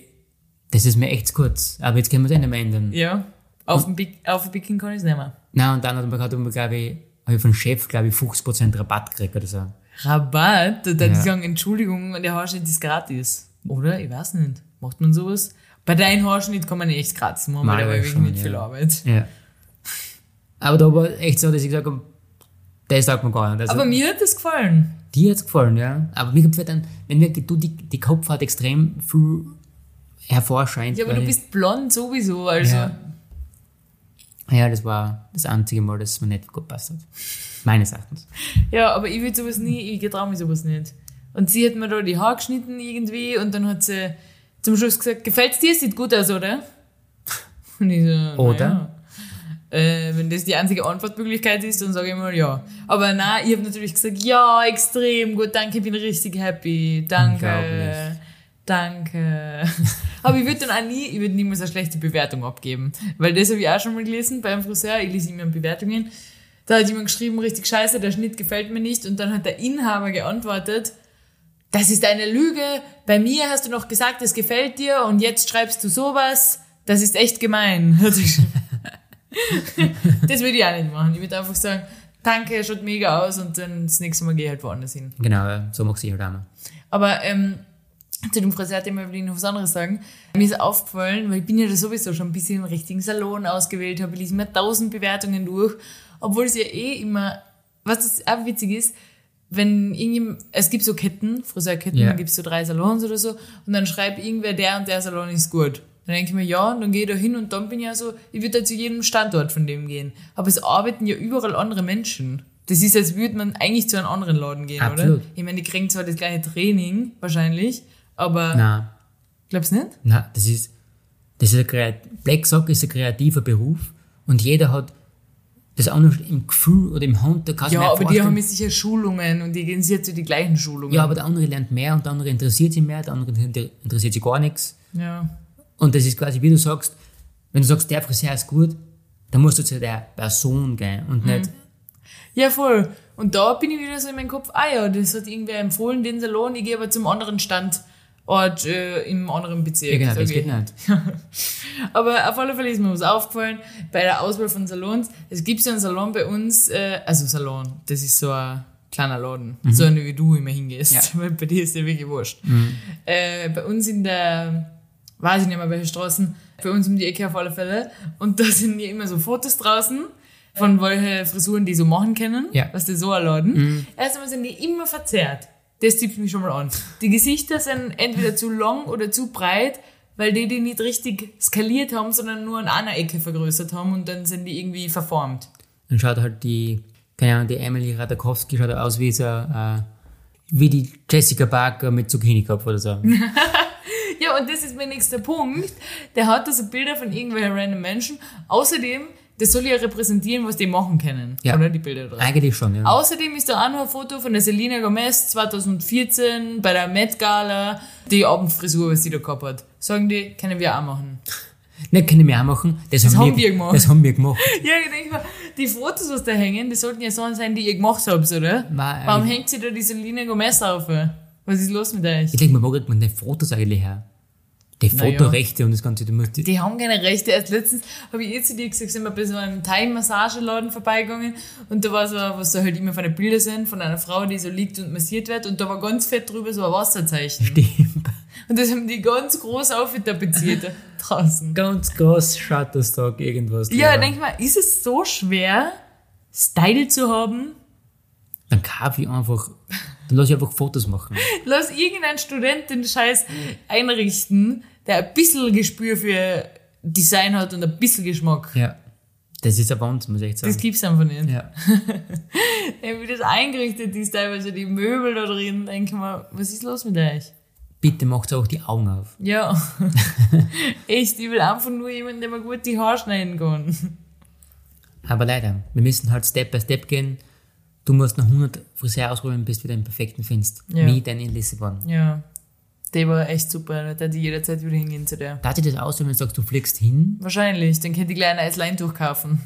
das ist mir echt zu kurz, aber jetzt können wir es eh nicht mehr ändern. Ja. Auf dem Big, auf dem Big kann ich's nicht mehr. Nein, und dann hat er mir gerade, glaube ich, habe ich von Chef, glaube ich, 50% Rabatt gekriegt oder so. Rabatt, da ja. die Ja. sagen, Entschuldigung, der Haarschnitt ist gratis. Oder? Ich weiß nicht. Macht man sowas? Bei deinem Haarschnitt kann man echt gratis machen, weil Mal da war ja wirklich schon, nicht ja. viel Arbeit. Ja. Aber da war echt so, dass ich gesagt habe, das sagt man gar nicht. Also, Aber mir hat das gefallen. dir hat's gefallen, ja. Aber mir gefällt dann, wenn wir, du die, die Kopfhaut extrem viel hervorscheint. Ja, aber weil du ich- bist blond sowieso, also. Ja. Ja, das war das einzige Mal, dass es mir nicht gut passt hat. Meines Erachtens. Ja, aber ich will sowas nie, ich getraue mir sowas nicht. Und sie hat mir da die Haare geschnitten irgendwie und dann hat sie zum Schluss gesagt, gefällt's dir, sieht gut aus, oder? Und ich so, na Oder? Ja. Äh, wenn das die einzige Antwortmöglichkeit ist, dann sage ich mal ja. Aber nein, ich habe natürlich gesagt, ja, extrem gut, danke, ich bin richtig happy, danke. Unglaublich. Danke. Aber ich würde dann auch nie, ich würde niemals eine schlechte Bewertung abgeben. Weil das habe ich auch schon mal gelesen beim Friseur, ich lese immer Bewertungen. Da hat jemand geschrieben, richtig scheiße, der Schnitt gefällt mir nicht. Und dann hat der Inhaber geantwortet, das ist eine Lüge. Bei mir hast du noch gesagt, es gefällt dir und jetzt schreibst du sowas. Das ist echt gemein. das würde ich auch nicht machen. Ich würde einfach sagen, danke, schaut mega aus und dann das nächste Mal gehe ich halt woanders hin. Genau, ja, so mag ich halt auch mal. Aber ähm, zu dem Friseurthema will ich noch was anderes sagen. Mir ist aufgefallen, weil ich bin ja da sowieso schon ein bisschen im richtigen Salon ausgewählt habe, ich lese mir tausend Bewertungen durch, obwohl es ja eh immer, was das auch witzig ist, wenn irgendjemand, es gibt so Ketten, Friseurketten, Ja. dann gibt es so drei Salons oder so, und dann schreibt irgendwer, der und der Salon ist gut. Dann denke ich mir, ja, und dann gehe ich da hin und dann bin ich ja so, ich würde da zu jedem Standort von dem gehen. Aber es arbeiten ja überall andere Menschen. Das ist, als würde man eigentlich zu einem anderen Laden gehen, Absolut. oder? Ich meine, die kriegen zwar das gleiche Training, wahrscheinlich, aber Nein, glaubst du nicht? nein, das ist, das ist ein Kreat Black Sock ist ein kreativer Beruf und jeder hat das andere im Gefühl oder im Hand, da kannst du Ja, mir auch aber die vorstellen, haben ja sicher Schulungen und die gehen sicher zu den gleichen Schulungen. Ja, aber der andere lernt mehr und der andere interessiert sich mehr, der andere inter- interessiert sich gar nichts. ja. Und das ist quasi, wie du sagst, wenn du sagst, der Friseur ist gut, dann musst du zu der Person gehen und nicht, Mhm. Ja, voll. Und da bin ich wieder so in meinem Kopf, ah ja, das hat irgendwer empfohlen, den Salon, ich gehe aber zum anderen Standort äh, im anderen ja, Bezirk. genau, Sag das ich. geht nicht. Aber auf alle Fälle ist mir was aufgefallen bei der Auswahl von Salons. Es gibt so einen Salon bei uns, äh, also Salon, das ist so ein kleiner Laden, so eine wie du immer hingehst, Mhm. Ja. Mhm. weil bei dir ist ja wirklich wurscht. Äh, bei uns in der, weiß ich nicht mehr welche Straßen, bei uns um die Ecke auf alle Fälle. Und da sind ja immer so Fotos draußen von welche Frisuren die so machen können, Ja. was die so ein Laden. Erst einmal sind die immer verzerrt. Das tippt mich schon mal an. Die Gesichter sind entweder zu lang oder zu breit weil die die nicht richtig skaliert haben, sondern nur an einer Ecke vergrößert haben und dann sind die irgendwie verformt. Dann schaut halt die, keine Ahnung, die Emily Ratakowski schaut aus wie so, äh, wie die Jessica Barker mit Zucchini-Kopf oder so. Mhm. Ja, und das ist mein nächster Punkt. Der hat da so Bilder von irgendwelchen random Menschen. Außerdem, das soll ja repräsentieren, was die machen können. Ja. Oder die Bilder drauf. Eigentlich schon, ja. Außerdem ist da auch noch ein Foto von der Selena Gomez 2014 bei der Met Gala. Die Abendfrisur, was sie da gehabt hat. Sagen die, können wir auch machen. Nicht können wir auch machen, das, haben wir gemacht. Das haben wir gemacht. Ja, ich denke mal, die Fotos, was da hängen, die sollten ja Sachen sein, die ihr gemacht habt, oder? Nein, Warum eigentlich- hängt sie da die Selena Gomez auf? Was ist los mit Ich euch? denke mir, wo kriegt man denn Fotos eigentlich her? Die Na ja. Fotorechte und das Ganze, du musst, Die haben keine Rechte. Erst letztens habe ich eh zu dir gesagt, sind wir bei so einem Thai-Massageladen vorbeigegangen und da war so, was da halt immer von den Bilder sind, von einer Frau, die so liegt und massiert wird und da war ganz fett drüber so ein Wasserzeichen. stimmt. Und das haben die ganz groß aufgetapeziert draußen. Ganz groß Shutterstock, irgendwas. Ja, drüber. denk mal, ist es so schwer, Style zu haben? Dann kauf ich einfach, dann lass ich einfach Fotos machen. Lass irgendeinen Student den Scheiß einrichten, der ein bisschen Gespür für Design hat und ein bisschen Geschmack. Ja. Das ist ein Wahnsinn, muss ich echt Das sagen. gibt's einfach nicht. Ja. Ey, Wie das eingerichtet ist, teilweise die Möbel da drin, denke mal, was ist los mit euch? Bitte macht auch die Augen auf. Ja. Echt, ich will einfach nur jemanden, der mir gut die Haare schneiden kann. Aber leider, wir müssen halt Step by Step gehen. Du musst noch 100 Friseur ausprobieren, bis du den perfekten findest. Ja. Wie den in Lissabon. Ja. Der war echt super, da hätte ich jederzeit wieder hingehen zu der. Darf ich das aussuchen, wenn du sagst, du fliegst hin? Wahrscheinlich, dann könnte ich gleich ein neues Leintuch kaufen.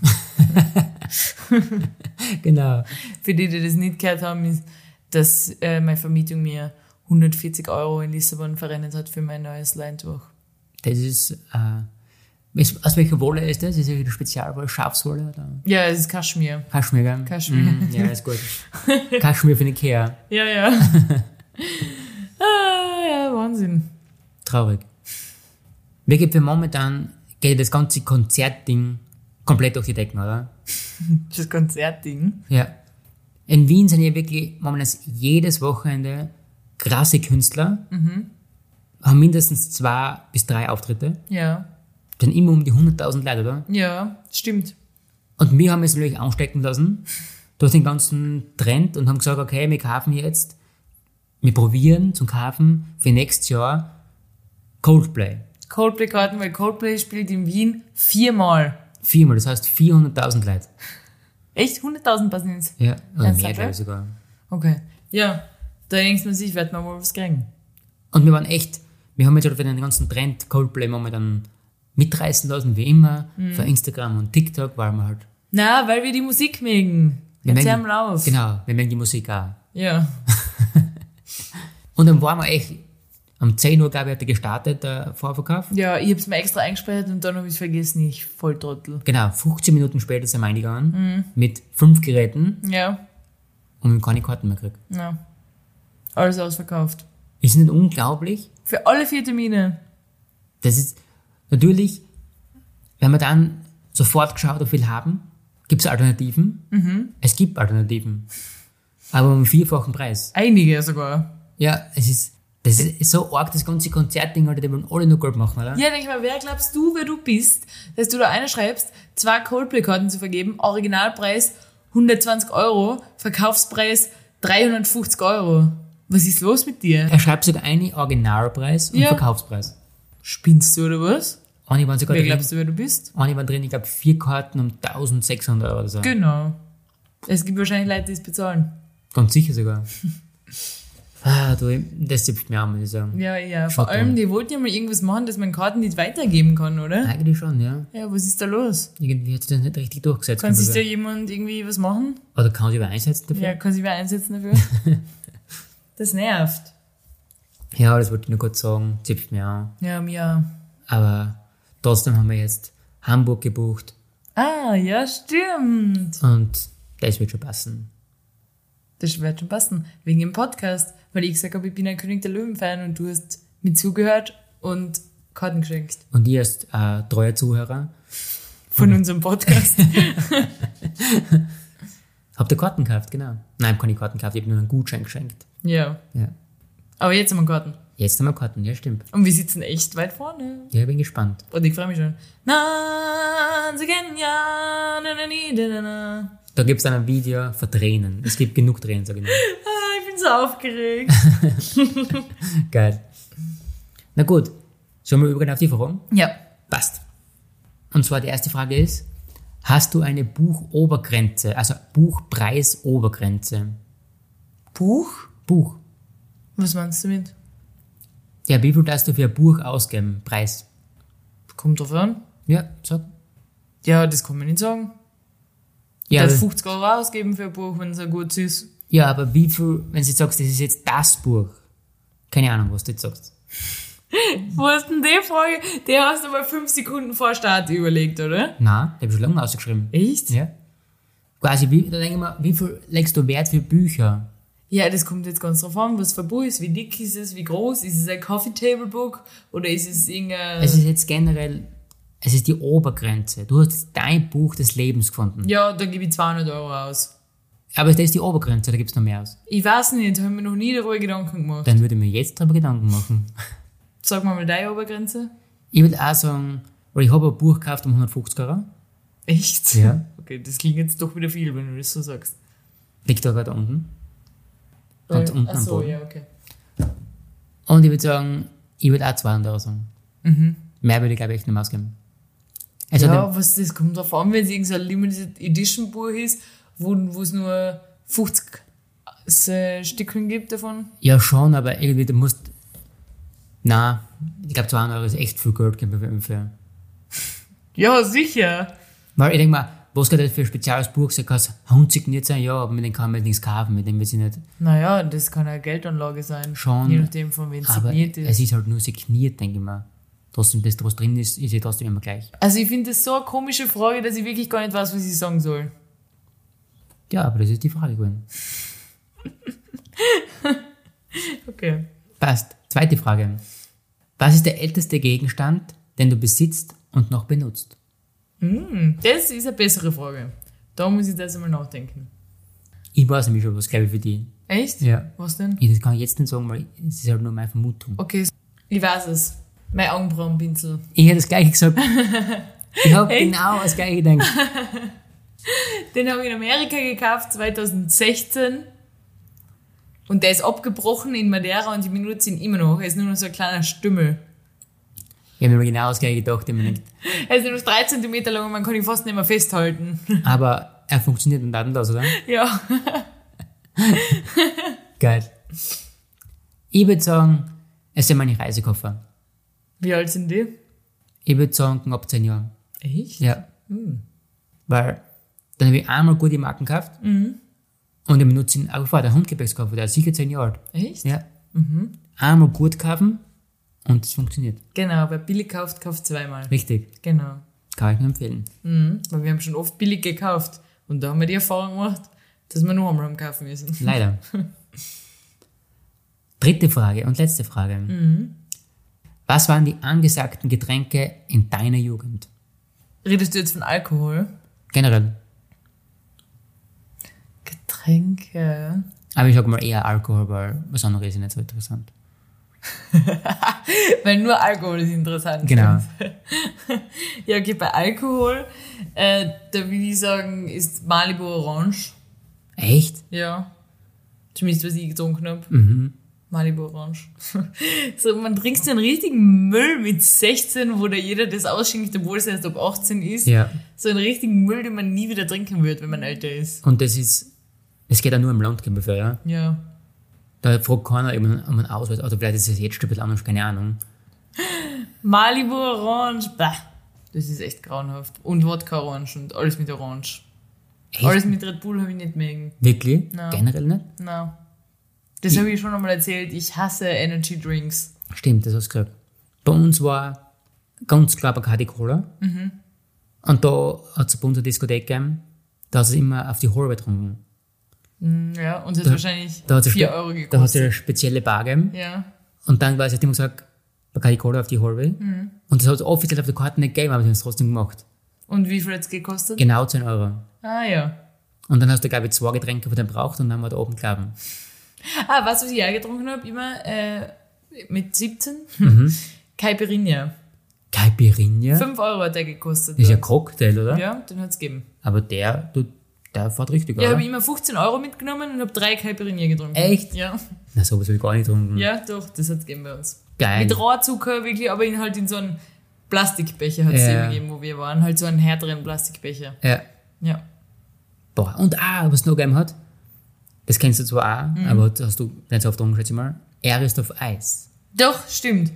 Genau. Für die, die das nicht gehört haben, ist, dass äh, meine Vermietung mir 140 Euro in Lissabon verrennt hat für mein neues Leintuch. Das ist, äh, ist aus welcher Wolle ist das? Ist das wieder Spezialwolle, Schafswolle oder Ja, es ist Kaschmir. Kaschmir? gell? Kaschmir. Mhm, ja, ist gut. Kaschmir für Ikea. Ja, ja. ah, ja, Wahnsinn. Traurig. Mir geht für momentan geht das ganze Konzertding komplett durch die Decken, oder? Das Konzertding. Ja. In Wien sind ja wirklich momentan jedes Wochenende krasse Künstler, haben mindestens zwei bis drei Auftritte, Ja. sind immer um die 100.000 Leute, oder? Ja, stimmt. Und wir haben es natürlich anstecken lassen durch den ganzen Trend und haben gesagt, okay, wir kaufen jetzt, wir probieren zum Kaufen für nächstes Jahr Coldplay. Coldplay-Karten, weil Coldplay spielt in Wien viermal. Viermal, das heißt 400.000 Leute. Echt? 100.000 passen ins. Ja, oder Ernsthaft, mehr, glaube ja? ich sogar. Okay. Ja, da denkst du sich, ich werde mal wohl was kriegen. Und wir waren echt, wir haben jetzt halt den ganzen Trend Coldplay momentan mitreißen lassen, wie immer, für Instagram und TikTok, weil wir halt, Na, weil wir die Musik mögen. Wir Jetzt mögen- hören wir auf. genau, wir mögen die Musik auch. Ja. Und dann waren wir echt, um 10 Uhr, glaube ich, hat er gestartet, der Vorverkauf. Ja, ich hab's mir extra eingespeichert und dann hab ich's vergessen, ich Volltrottel. Genau, 15 Minuten später sind wir eingegangen, mit fünf Geräten Ja, und wir haben keine Karten mehr gekriegt. ja. Alles ausverkauft. Ist nicht unglaublich? Für alle vier Termine. Das ist, natürlich, wenn man dann sofort geschaut, ob wir haben, gibt es Alternativen. Es gibt Alternativen. Aber um vierfachen Preis. Einige sogar. Ja, es ist, das ist so arg, das ganze Konzertding, Alter, die wollen alle nur Gold machen, oder? Ja, denk ich mal, wer glaubst du, wer du bist, dass du da einer schreibst, zwei Coldplay-Karten zu vergeben, Originalpreis 120 Euro, Verkaufspreis 350 Euro. Was ist los mit dir? Er schreibt sogar einen Originalpreis und Ja. Verkaufspreis. Spinnst du oder was? Eine waren sogar Wer drin, glaubst du, wer du bist? eine waren drin, ich glaube, vier Karten um 1600 Euro oder so. Genau. Es gibt wahrscheinlich Leute, die es bezahlen. Ganz sicher sogar. ah, du, das zipft mir an, muss ich sagen. Ja, ja. Vor Schock, allem, ja. die wollten ja mal irgendwas machen, dass man Karten nicht weitergeben kann, oder? Eigentlich schon, ja. Ja, was ist da los? Irgendwie hat sich das nicht richtig durchgesetzt. Kann sich da oder, jemand irgendwie was machen? oder kann sich wer einsetzen dafür? Ja, kann sich wer einsetzen dafür? das nervt. Ja. das wollte ich nur kurz sagen, zipft mir an. Ja, mir. Aber trotzdem haben wir jetzt Hamburg gebucht Ah, ja, stimmt. und das wird schon passen. Das wird schon passen. Wegen dem Podcast. Weil ich gesagt habe, ich bin ein König der Löwen-Fan und du hast mir zugehört und Karten geschenkt. Und ihr als äh, treuer Zuhörer, Von unserem Podcast. Habt ihr Karten gekauft, genau. Nein, ich hab keine Karten gekauft, ich habe nur einen Gutschein geschenkt. ja. Ja. Aber jetzt haben wir Karten. Jetzt haben wir Karten, ja stimmt. Und wir sitzen echt weit vorne. Ja, ich bin gespannt. Und ich freue mich schon. Na, sie kennen ja. Na, na, ni, da, da, na. Da gibt es dann ein Video für Tränen. Es gibt genug Tränen, sag ich mal. Ah, ich bin so aufgeregt. Geil. Na gut, sollen wir übergehen auf die Fragen? ja. Passt. Und zwar die erste Frage ist, hast du eine Buchobergrenze, also Buchpreisobergrenze? Buch? Buch. Was meinst du damit? Ja, wie viel darfst du für ein Buch ausgeben? Preis. Kommt drauf an. Ja, sag. Ja, das kann man nicht sagen. Ja, Ja, aber, 50 Euro ausgeben für ein Buch, wenn es ein gutes ist. ja, aber wie viel, wenn du jetzt sagst, das ist jetzt das Buch. Keine Ahnung, was du jetzt sagst. Wo ist denn die Frage? Der hast du mal 5 Sekunden vor Start überlegt, oder? Na, ich habe schon lange ausgeschrieben. Echt? Ja. Quasi, wie, da denke ich mir, wie viel legst du Wert für Bücher? Ja, das kommt jetzt ganz drauf an, was für ein Buch ist, wie dick ist es, wie groß, ist es ein Coffee Table Book oder ist es irgendein... Es ist jetzt generell, es ist die Obergrenze. Du hast jetzt dein Buch des Lebens gefunden. ja, da gebe ich 200 Euro aus. Aber das ist die Obergrenze, da gibt es noch mehr aus. Ich weiß nicht, habe mir noch nie darüber Gedanken gemacht. Dann würde ich mir jetzt darüber Gedanken machen. Sag mal mal deine Obergrenze. Ich würde auch sagen, weil ich habe ein Buch gekauft um 150 Euro. Echt? Ja. Okay, das klingt jetzt doch wieder viel, wenn du das so sagst. Äh, Liegt da gerade unten. Und unten Ach am so, Boden. ja, okay. Und ich würde sagen, ich würde auch 200 Euro sagen. Mehr würde ich, glaube ich, echt nicht mehr ausgeben. Also Mhm. ja, was das kommt drauf an, wenn es irgendein Limited Edition Buch ist, wo wo es nur 50 äh, Stücken gibt davon. Ja, schon, aber irgendwie, du musst. Na, ich glaube, 200 Euro ist echt viel Geld geben wir für. Ja, sicher. Weil ich denke mal, was geht das für ein spezielles Buch? Sagt, kannst handsigniert sein, ja, aber mit dem kann man jetzt nichts kaufen, mit dem wird sie nicht. Naja, das kann eine Geldanlage sein. Schon. Je nachdem, von wem es Aber signiert es ist. ist halt nur signiert, denke ich mal. Trotzdem, das, was drin ist, ist ja trotzdem immer gleich. Also ich finde das so eine komische Frage, dass ich wirklich gar nicht weiß, was ich sagen soll. Ja, aber das ist die Frage gewesen. Okay. Passt. Zweite Frage. Was ist der älteste Gegenstand, den du besitzt und noch benutzt? Hm, das ist eine bessere Frage. Da muss ich jetzt einmal nachdenken. Ich weiß nämlich schon was, glaube ich, für die. Echt? Ja. Was denn? Ich, das kann ich jetzt nicht sagen, weil es ist halt nur meine Vermutung. Okay, ich weiß es. Mein Augenbrauenpinsel. Ich hätte das gleiche gesagt. Ich habe Echt? genau das gleiche gedacht. Den habe ich in Amerika gekauft, 2016. Und der ist abgebrochen in Madeira und ich benutze ihn immer noch. Er ist nur noch so ein kleiner Stümmel. Ich habe mir genau das gleiche gedacht. ich mir denkt, Er ist nur noch drei Zentimeter lang und man kann ihn fast nicht mehr festhalten. Aber er funktioniert und dann das, oder? ja. Geil. Ich würde sagen, es sind meine Reisekoffer. Wie alt sind die? Ich würde sagen, knapp 10 Jahre. Echt? Ja. Weil dann habe ich einmal gute Marken gekauft und ich benutze ihn auch vor. Der Handgepäckskoffer, der ist sicher 10 Jahre alt. Echt? Ja. Einmal gut kaufen und es funktioniert. Genau, wer billig kauft, kauft zweimal. Richtig. Genau. Kann ich nur empfehlen. Mhm. Weil wir haben schon oft billig gekauft. Und da haben wir die Erfahrung gemacht, dass wir noch einmal haben kaufen müssen. Leider. Dritte Frage und letzte Frage. Was waren die angesagten Getränke in deiner Jugend? Redest du jetzt von Alkohol? Generell. Getränke. Aber ich sag mal eher Alkohol, weil was anderes ist nicht so interessant. Weil nur Alkohol ist interessant. Genau. Ja, okay, bei Alkohol, äh, da würde ich sagen, ist Malibu Orange. Echt? Ja. Zumindest, was ich getrunken habe. Mhm. Malibu Orange. so, man trinkt so einen richtigen Müll mit 16, wo da jeder das ausschenkt, obwohl es erst ab 18 ist. Ja. So einen richtigen Müll, den man nie wieder trinken wird, wenn man älter ist. Und das ist, es geht ja nur im Land, gell, ungefähr, ja? Ja. Da fragt keiner eben um einen Ausweis. Also vielleicht ist es jetzt schon ein bisschen anders, keine Ahnung. Malibu Orange. Bah. Das ist echt grauenhaft. Und Wodka Orange und alles mit Orange. Echt? Alles mit Red Bull habe ich nicht mögen. Wirklich? Nein. Generell nicht? Na. Das habe ich schon einmal erzählt. Ich hasse Energy Drinks. Stimmt, das hast du gesagt. Bei uns war ganz klar Bacardi Cola. Mhm. Und da hat es bei uns eine Diskothek gegeben, da hat es immer auf die Hole getrunken. Mm, Ja, und hat wahrscheinlich Da hat es 4 spe- Euro Da hat es gekostet. eine spezielle Bar gegeben. Ja. Und dann war es, hat immer gesagt, Bacardi Cola auf die Hole. Mhm. Und das hat es offiziell auf der Karte nicht gegeben, aber sie haben es trotzdem gemacht. Und wie viel hat es gekostet? Genau 10 Euro. Ah ja. Und dann hast du, glaube ich, zwei Getränke, die du brauchst, und dann haben wir da oben glauben. Ah, was, was ich auch getrunken habe, immer äh, mit 17 Mhm. Caipirinha. Caipirinha? 5 Euro hat der gekostet. Das ist ja dort. Cocktail, oder? ja den hat es gegeben. Aber der, du, der fährt richtig, Ja, oder? habe ich immer 15 Euro mitgenommen und habe drei Caipirinha getrunken. Echt? Hm. Ja. Na, sowas habe ich gar nicht getrunken. ja, doch, das hat es gegeben bei uns. Geil. Mit Rohrzucker wirklich, aber in halt in so einen Plastikbecher hat es Ja. gegeben, wo wir waren. Halt so einen härteren Plastikbecher. ja. Ja. Boah, und ah, was es noch gegeben hat, das kennst du zwar auch, Mhm. aber das hast du nicht so oft drum, schätze ich mal. Er ist auf Eis. Doch, stimmt.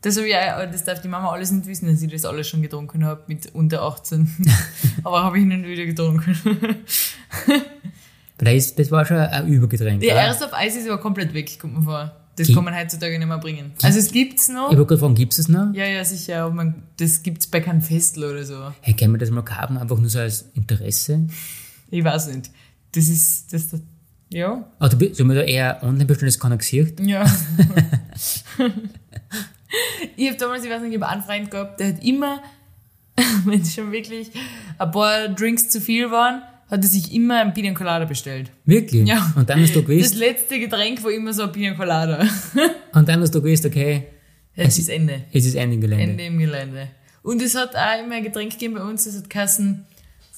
Das, hab ich auch, aber das darf die Mama alles nicht wissen, dass ich das alles schon getrunken habe mit unter 18. aber habe ich nun wieder getrunken. Weil Das, ist, das war schon ein Übergetränk. Die oder? Erst auf Eis ist aber komplett weg, kommt mir vor. Das Gibt- kann man heutzutage nicht mehr bringen. Also es gibt's noch. Ich wollte gerade fragen, gibt es das noch? Ja, ja, sicher. Aber man, das gibt's bei keinem Festl oder so. Hey, können wir das mal haben, einfach nur so als Interesse? Ich weiß nicht. Das ist, das, ja. Ah, du, bist- sollen wir da eher online bestellen, das keiner gesehen? Ja. ich habe damals, ich weiß nicht, ich hab einen Freund gehabt, der hat immer, wenn es schon wirklich ein paar Drinks zu viel waren, hat er sich immer ein Pina Colada bestellt. Wirklich? Ja. Und dann hast du Das gewusst, letzte Getränk war immer so ein Pina Colada. und dann hast du gewusst, okay, Es ist Ende. es ist Ende Gelände. Ende im Gelände. Und es hat auch immer ein Getränk gegeben bei uns, das hat Kassen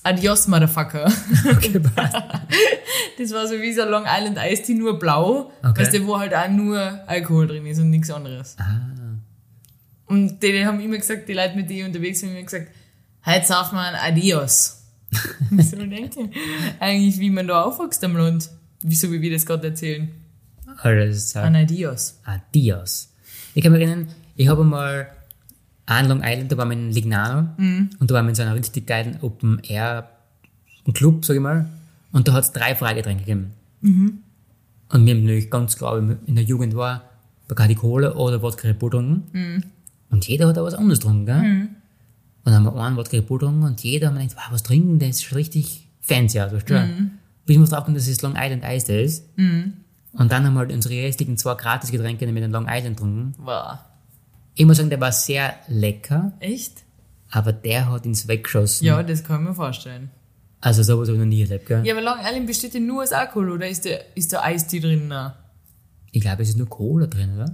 Adios, Motherfucker. Okay, passt. Das war so wie so ein Long Island Iced Tea, nur blau. Okay. Weißt du, wo halt auch nur Alkohol drin ist und nichts anderes. ah, Und die, die haben immer gesagt, die Leute, mit denen ich unterwegs bin, haben immer gesagt, heute sauft man Adios. Ich so denke, eigentlich wie man da aufwächst am Land. Wieso wie wir das gerade erzählen. alles klar. An Adios. Adios. Ich kann mich erinnern, ich habe mal an Long Island, da waren wir in Lignano und da waren wir in so einer richtig geilen Open Air Club, sag ich mal. Und da hat es drei Freigetränke gegeben. Und wir haben natürlich ganz klar, wie man in der Jugend war, Bacardi Cola oder Wodka Red Bull getrunken. Und jeder hat da was anderes getrunken, gell? Und dann haben wir einen Wodka Red Bull getrunken und jeder hat mir gedacht, wow, was trinken, das ist schon richtig fancy aus, weißt du? Bis wir uns drauf kommen, dass es Long Island Eis da ist. Und dann haben wir halt unsere restlichen zwei Gratis-Getränke mit einem Long Island getrunken. Wow. Ich muss sagen, der war sehr lecker, Echt? aber der hat ins Weggeschossen. Ja, das kann ich mir vorstellen. Also sowas habe ich noch nie erlebt, gell? Ja, aber Long Island besteht ja nur aus Alkohol, oder ist da, ist da Eistee drin? Nein. Ich glaube, es ist nur Cola drin, oder?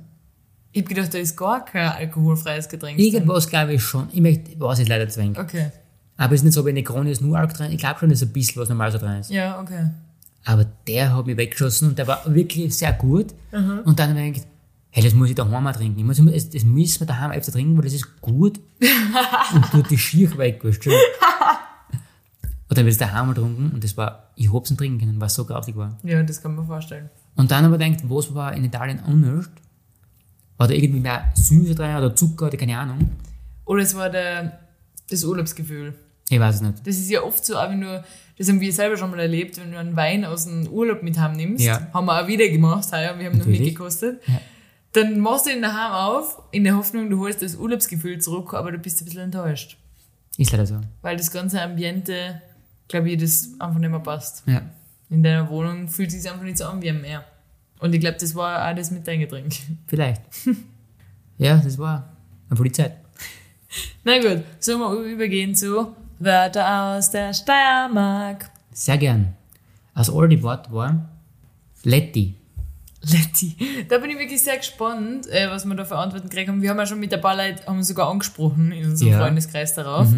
Ich hab gedacht, da ist gar kein alkoholfreies Getränk drin. Irgendwas glaube ich schon. Ich möchte, weiß jetzt leider zwingen. Okay. Aber es ist nicht so, wenn eine Krone ist nur Alk drin. Ich glaube schon, dass ein bisschen was normal so drin ist. Ja, okay. Aber der hat mich weggeschossen und der war wirklich sehr gut. Und dann habe ich mir gedacht, hey, das muss ich daheim auch trinken. Ich muss, das, das müssen wir daheim öfter trinken, weil das ist gut und tut die Schier weg, weißt du. schon. Und dann wird es daheim mal getrunken und das war, ich hab's nicht trinken können, weil es so grausig war. Ja, das kann man vorstellen. Und dann aber denkt, was war in Italien anders? War da irgendwie mehr Süße drin oder Zucker oder keine Ahnung? Oder es war der, das Urlaubsgefühl. Ich weiß es nicht. Das ist ja oft so, auch wenn du, das haben wir selber schon mal erlebt, wenn du einen Wein aus dem Urlaub mit heim nimmst, Ja. haben wir auch wieder gemacht, heuer, wir haben noch nie Natürlich. gekostet, Ja. dann machst du ihn daheim auf, in der Hoffnung, du holst das Urlaubsgefühl zurück, aber du bist ein bisschen enttäuscht, Ist leider so. weil das ganze Ambiente, glaube ich, das einfach nicht mehr passt. Ja. In deiner Wohnung fühlt sich einfach nicht so an wie am Meer. Und ich glaube, das war auch das mit deinem Getränk. Vielleicht. ja, das war einfach die Zeit. Na gut, sollen wir übergehen zu Wörter aus der Steiermark. Sehr gern. Also all die Wort war Letty. Letty. Da bin ich wirklich sehr gespannt, äh, was wir da für Antworten gekriegt haben. Wir haben ja schon mit ein paar Leuten haben wir sogar angesprochen in unserem Ja. Mhm. Freundeskreis darauf.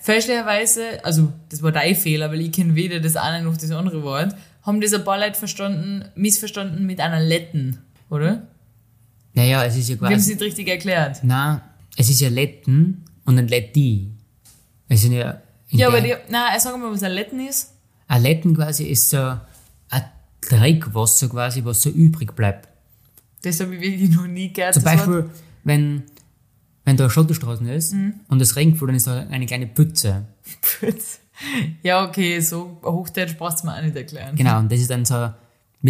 Fälschlicherweise, also das war dein Fehler, weil ich kenne weder das eine noch das andere Wort, haben das ein paar Leute verstanden, missverstanden mit einer Letten, oder? Naja, es ist ja Wir haben es quasi. nicht richtig erklärt. Na, es ist ja Letten und ein Letty. Es sind ja. in Ja, der- aber die, na, sag mal, was ein Letten ist. Ein Letten quasi ist so ein Dreckwasser quasi, was so übrig bleibt. Das habe ich wirklich noch nie gehört. Zum Also das Wort. Beispiel, wenn, wenn da eine Schotterstraße ist Mhm. und es regnet, voll, dann ist da eine kleine Pütze. Ja, okay, so Hochdeutsch brauchst du mir auch nicht erklären. Genau, und das ist dann so, wir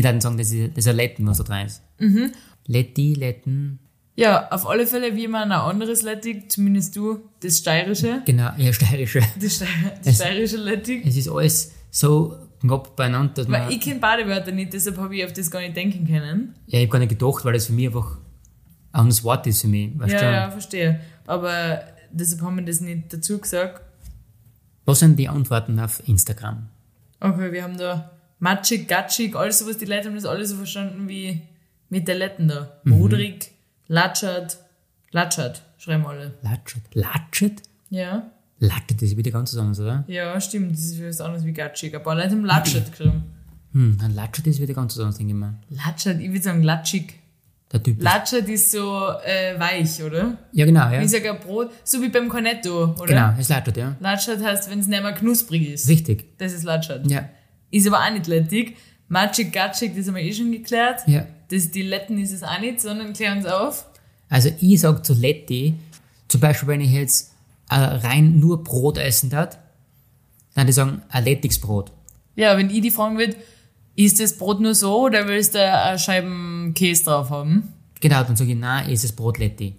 würden sagen, das ist, das ist ein Letten, was da drin ist. Mhm. Letty, Letten, Ja, auf alle Fälle, wie immer ein anderes Lettig, zumindest du, das steirische. genau, ja, steirische. Die, Steier, die steirische Lettig. Es ist alles so knapp beieinander, dass man. Weil ich kenne Badewörter nicht, deshalb habe ich auf das gar nicht denken können. Ja, ich habe gar nicht gedacht, weil das für mich einfach ein anderes Wort ist für mich. Weißt Ja, du? ja, verstehe. Aber deshalb haben wir das nicht dazu gesagt. Was sind die Antworten auf Instagram? Okay, wir haben da Mhm. matschig, gatschig, alles sowas. Die Leute haben das alle so verstanden wie mit der Letten da. Modrig, Latschert. Latschert, schreiben alle. Latschet. Latschet? Ja. Latschet ist wieder ganz zusammen, oder? Ja, stimmt. Das ist was anderes wie Gatschig. Aber Leute haben Latschert geschrieben. Hm, ein Latschet ist wieder ganz zusammen, denke ich mal. Latschert, ich würde sagen Latschig. Der Typ. ist- Latschert ist so äh, weich, oder? ja, genau, ja. Ich sage ein Brot, so wie beim Cornetto, oder? Genau, ist Latschet, ja. Latschert heißt, wenn es nicht mehr knusprig ist. Richtig. Das ist Latschert. Ja, Ist aber auch nicht lettig. Matschig, gatschig, das haben wir eh schon geklärt. ja. Das die Letten ist es auch nicht, sondern klär uns auf. Also ich sag zu Letti, zum Beispiel wenn ich jetzt äh, rein nur Brot essen darf, dann die sagen ein lettiges Brot. Ja, wenn ich die fragen würde, ist das Brot nur so oder willst du eine Scheiben Käse drauf haben? Genau, dann sage ich, nein, ist das Brot Letti.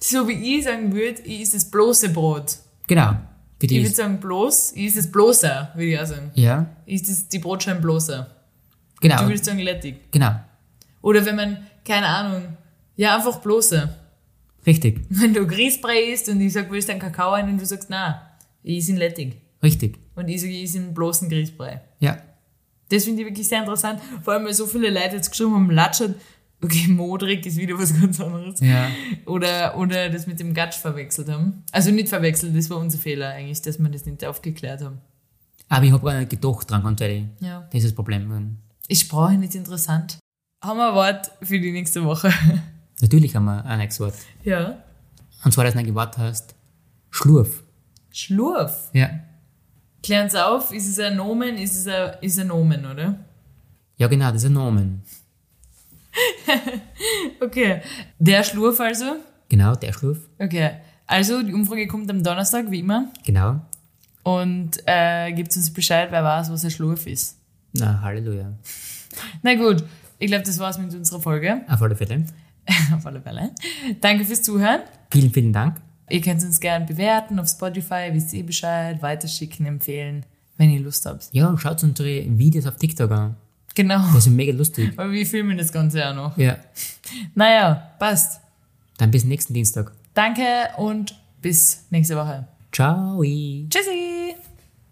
So wie ich sagen würde, ich ist das bloße Brot. Genau, für die Ich würde ist, sagen bloß, ich ist das bloßer, würde ich auch sagen. Ja, Ich ist das die Brotscheiben bloßer. Du genau, würdest sagen lettig. genau, Oder wenn man, keine Ahnung, ja einfach bloßer. richtig, Wenn du Grießbrei isst und ich sag, willst du einen Kakao ein und du sagst, na, ich is ihn lettig. richtig, Und ich sage, ich is ihn bloßen Grießbrei. ja. Das finde ich wirklich sehr interessant. Vor allem, weil so viele Leute jetzt geschrieben haben, Latschert, okay, modrig ist wieder was ganz anderes. Ja. Oder, oder das mit dem Gatsch verwechselt haben. Also nicht verwechselt, das war unser Fehler eigentlich, dass wir das nicht aufgeklärt haben. Aber ich habe gar nicht gedacht dran, ganz ehrlich. Ja. Das ist das Problem. Ist Sprache nicht interessant? Haben wir ein Wort für die nächste Woche? Natürlich haben wir ein nächstes Wort. ja. Und zwar das neue Wort heißt Schlurf. Schlurf. Ja. Klär uns auf, ist es ein Nomen, ist es ein, ist ein Nomen, oder? Ja, genau, das ist ein Nomen. Okay. Der Schlurf also? Genau, der Schlurf. Okay. Also, die Umfrage kommt am Donnerstag, wie immer. Genau. Und äh, gibt uns Bescheid, wer weiß, was ein Schlurf ist. Na, Halleluja. Na gut, ich glaube, das war's mit unserer Folge. Auf alle Fälle. Auf alle Fälle. Danke fürs Zuhören. Vielen, vielen Dank. Ihr könnt uns gerne bewerten auf Spotify, wisst ihr Bescheid, weiterschicken, empfehlen, wenn ihr Lust habt. Ja, schaut unsere Videos auf TikTok an. Genau. Das ist mega lustig. Aber wir filmen das Ganze ja noch. Ja. Naja, passt. Dann bis nächsten Dienstag. Danke und bis nächste Woche. Ciao. Tschüssi!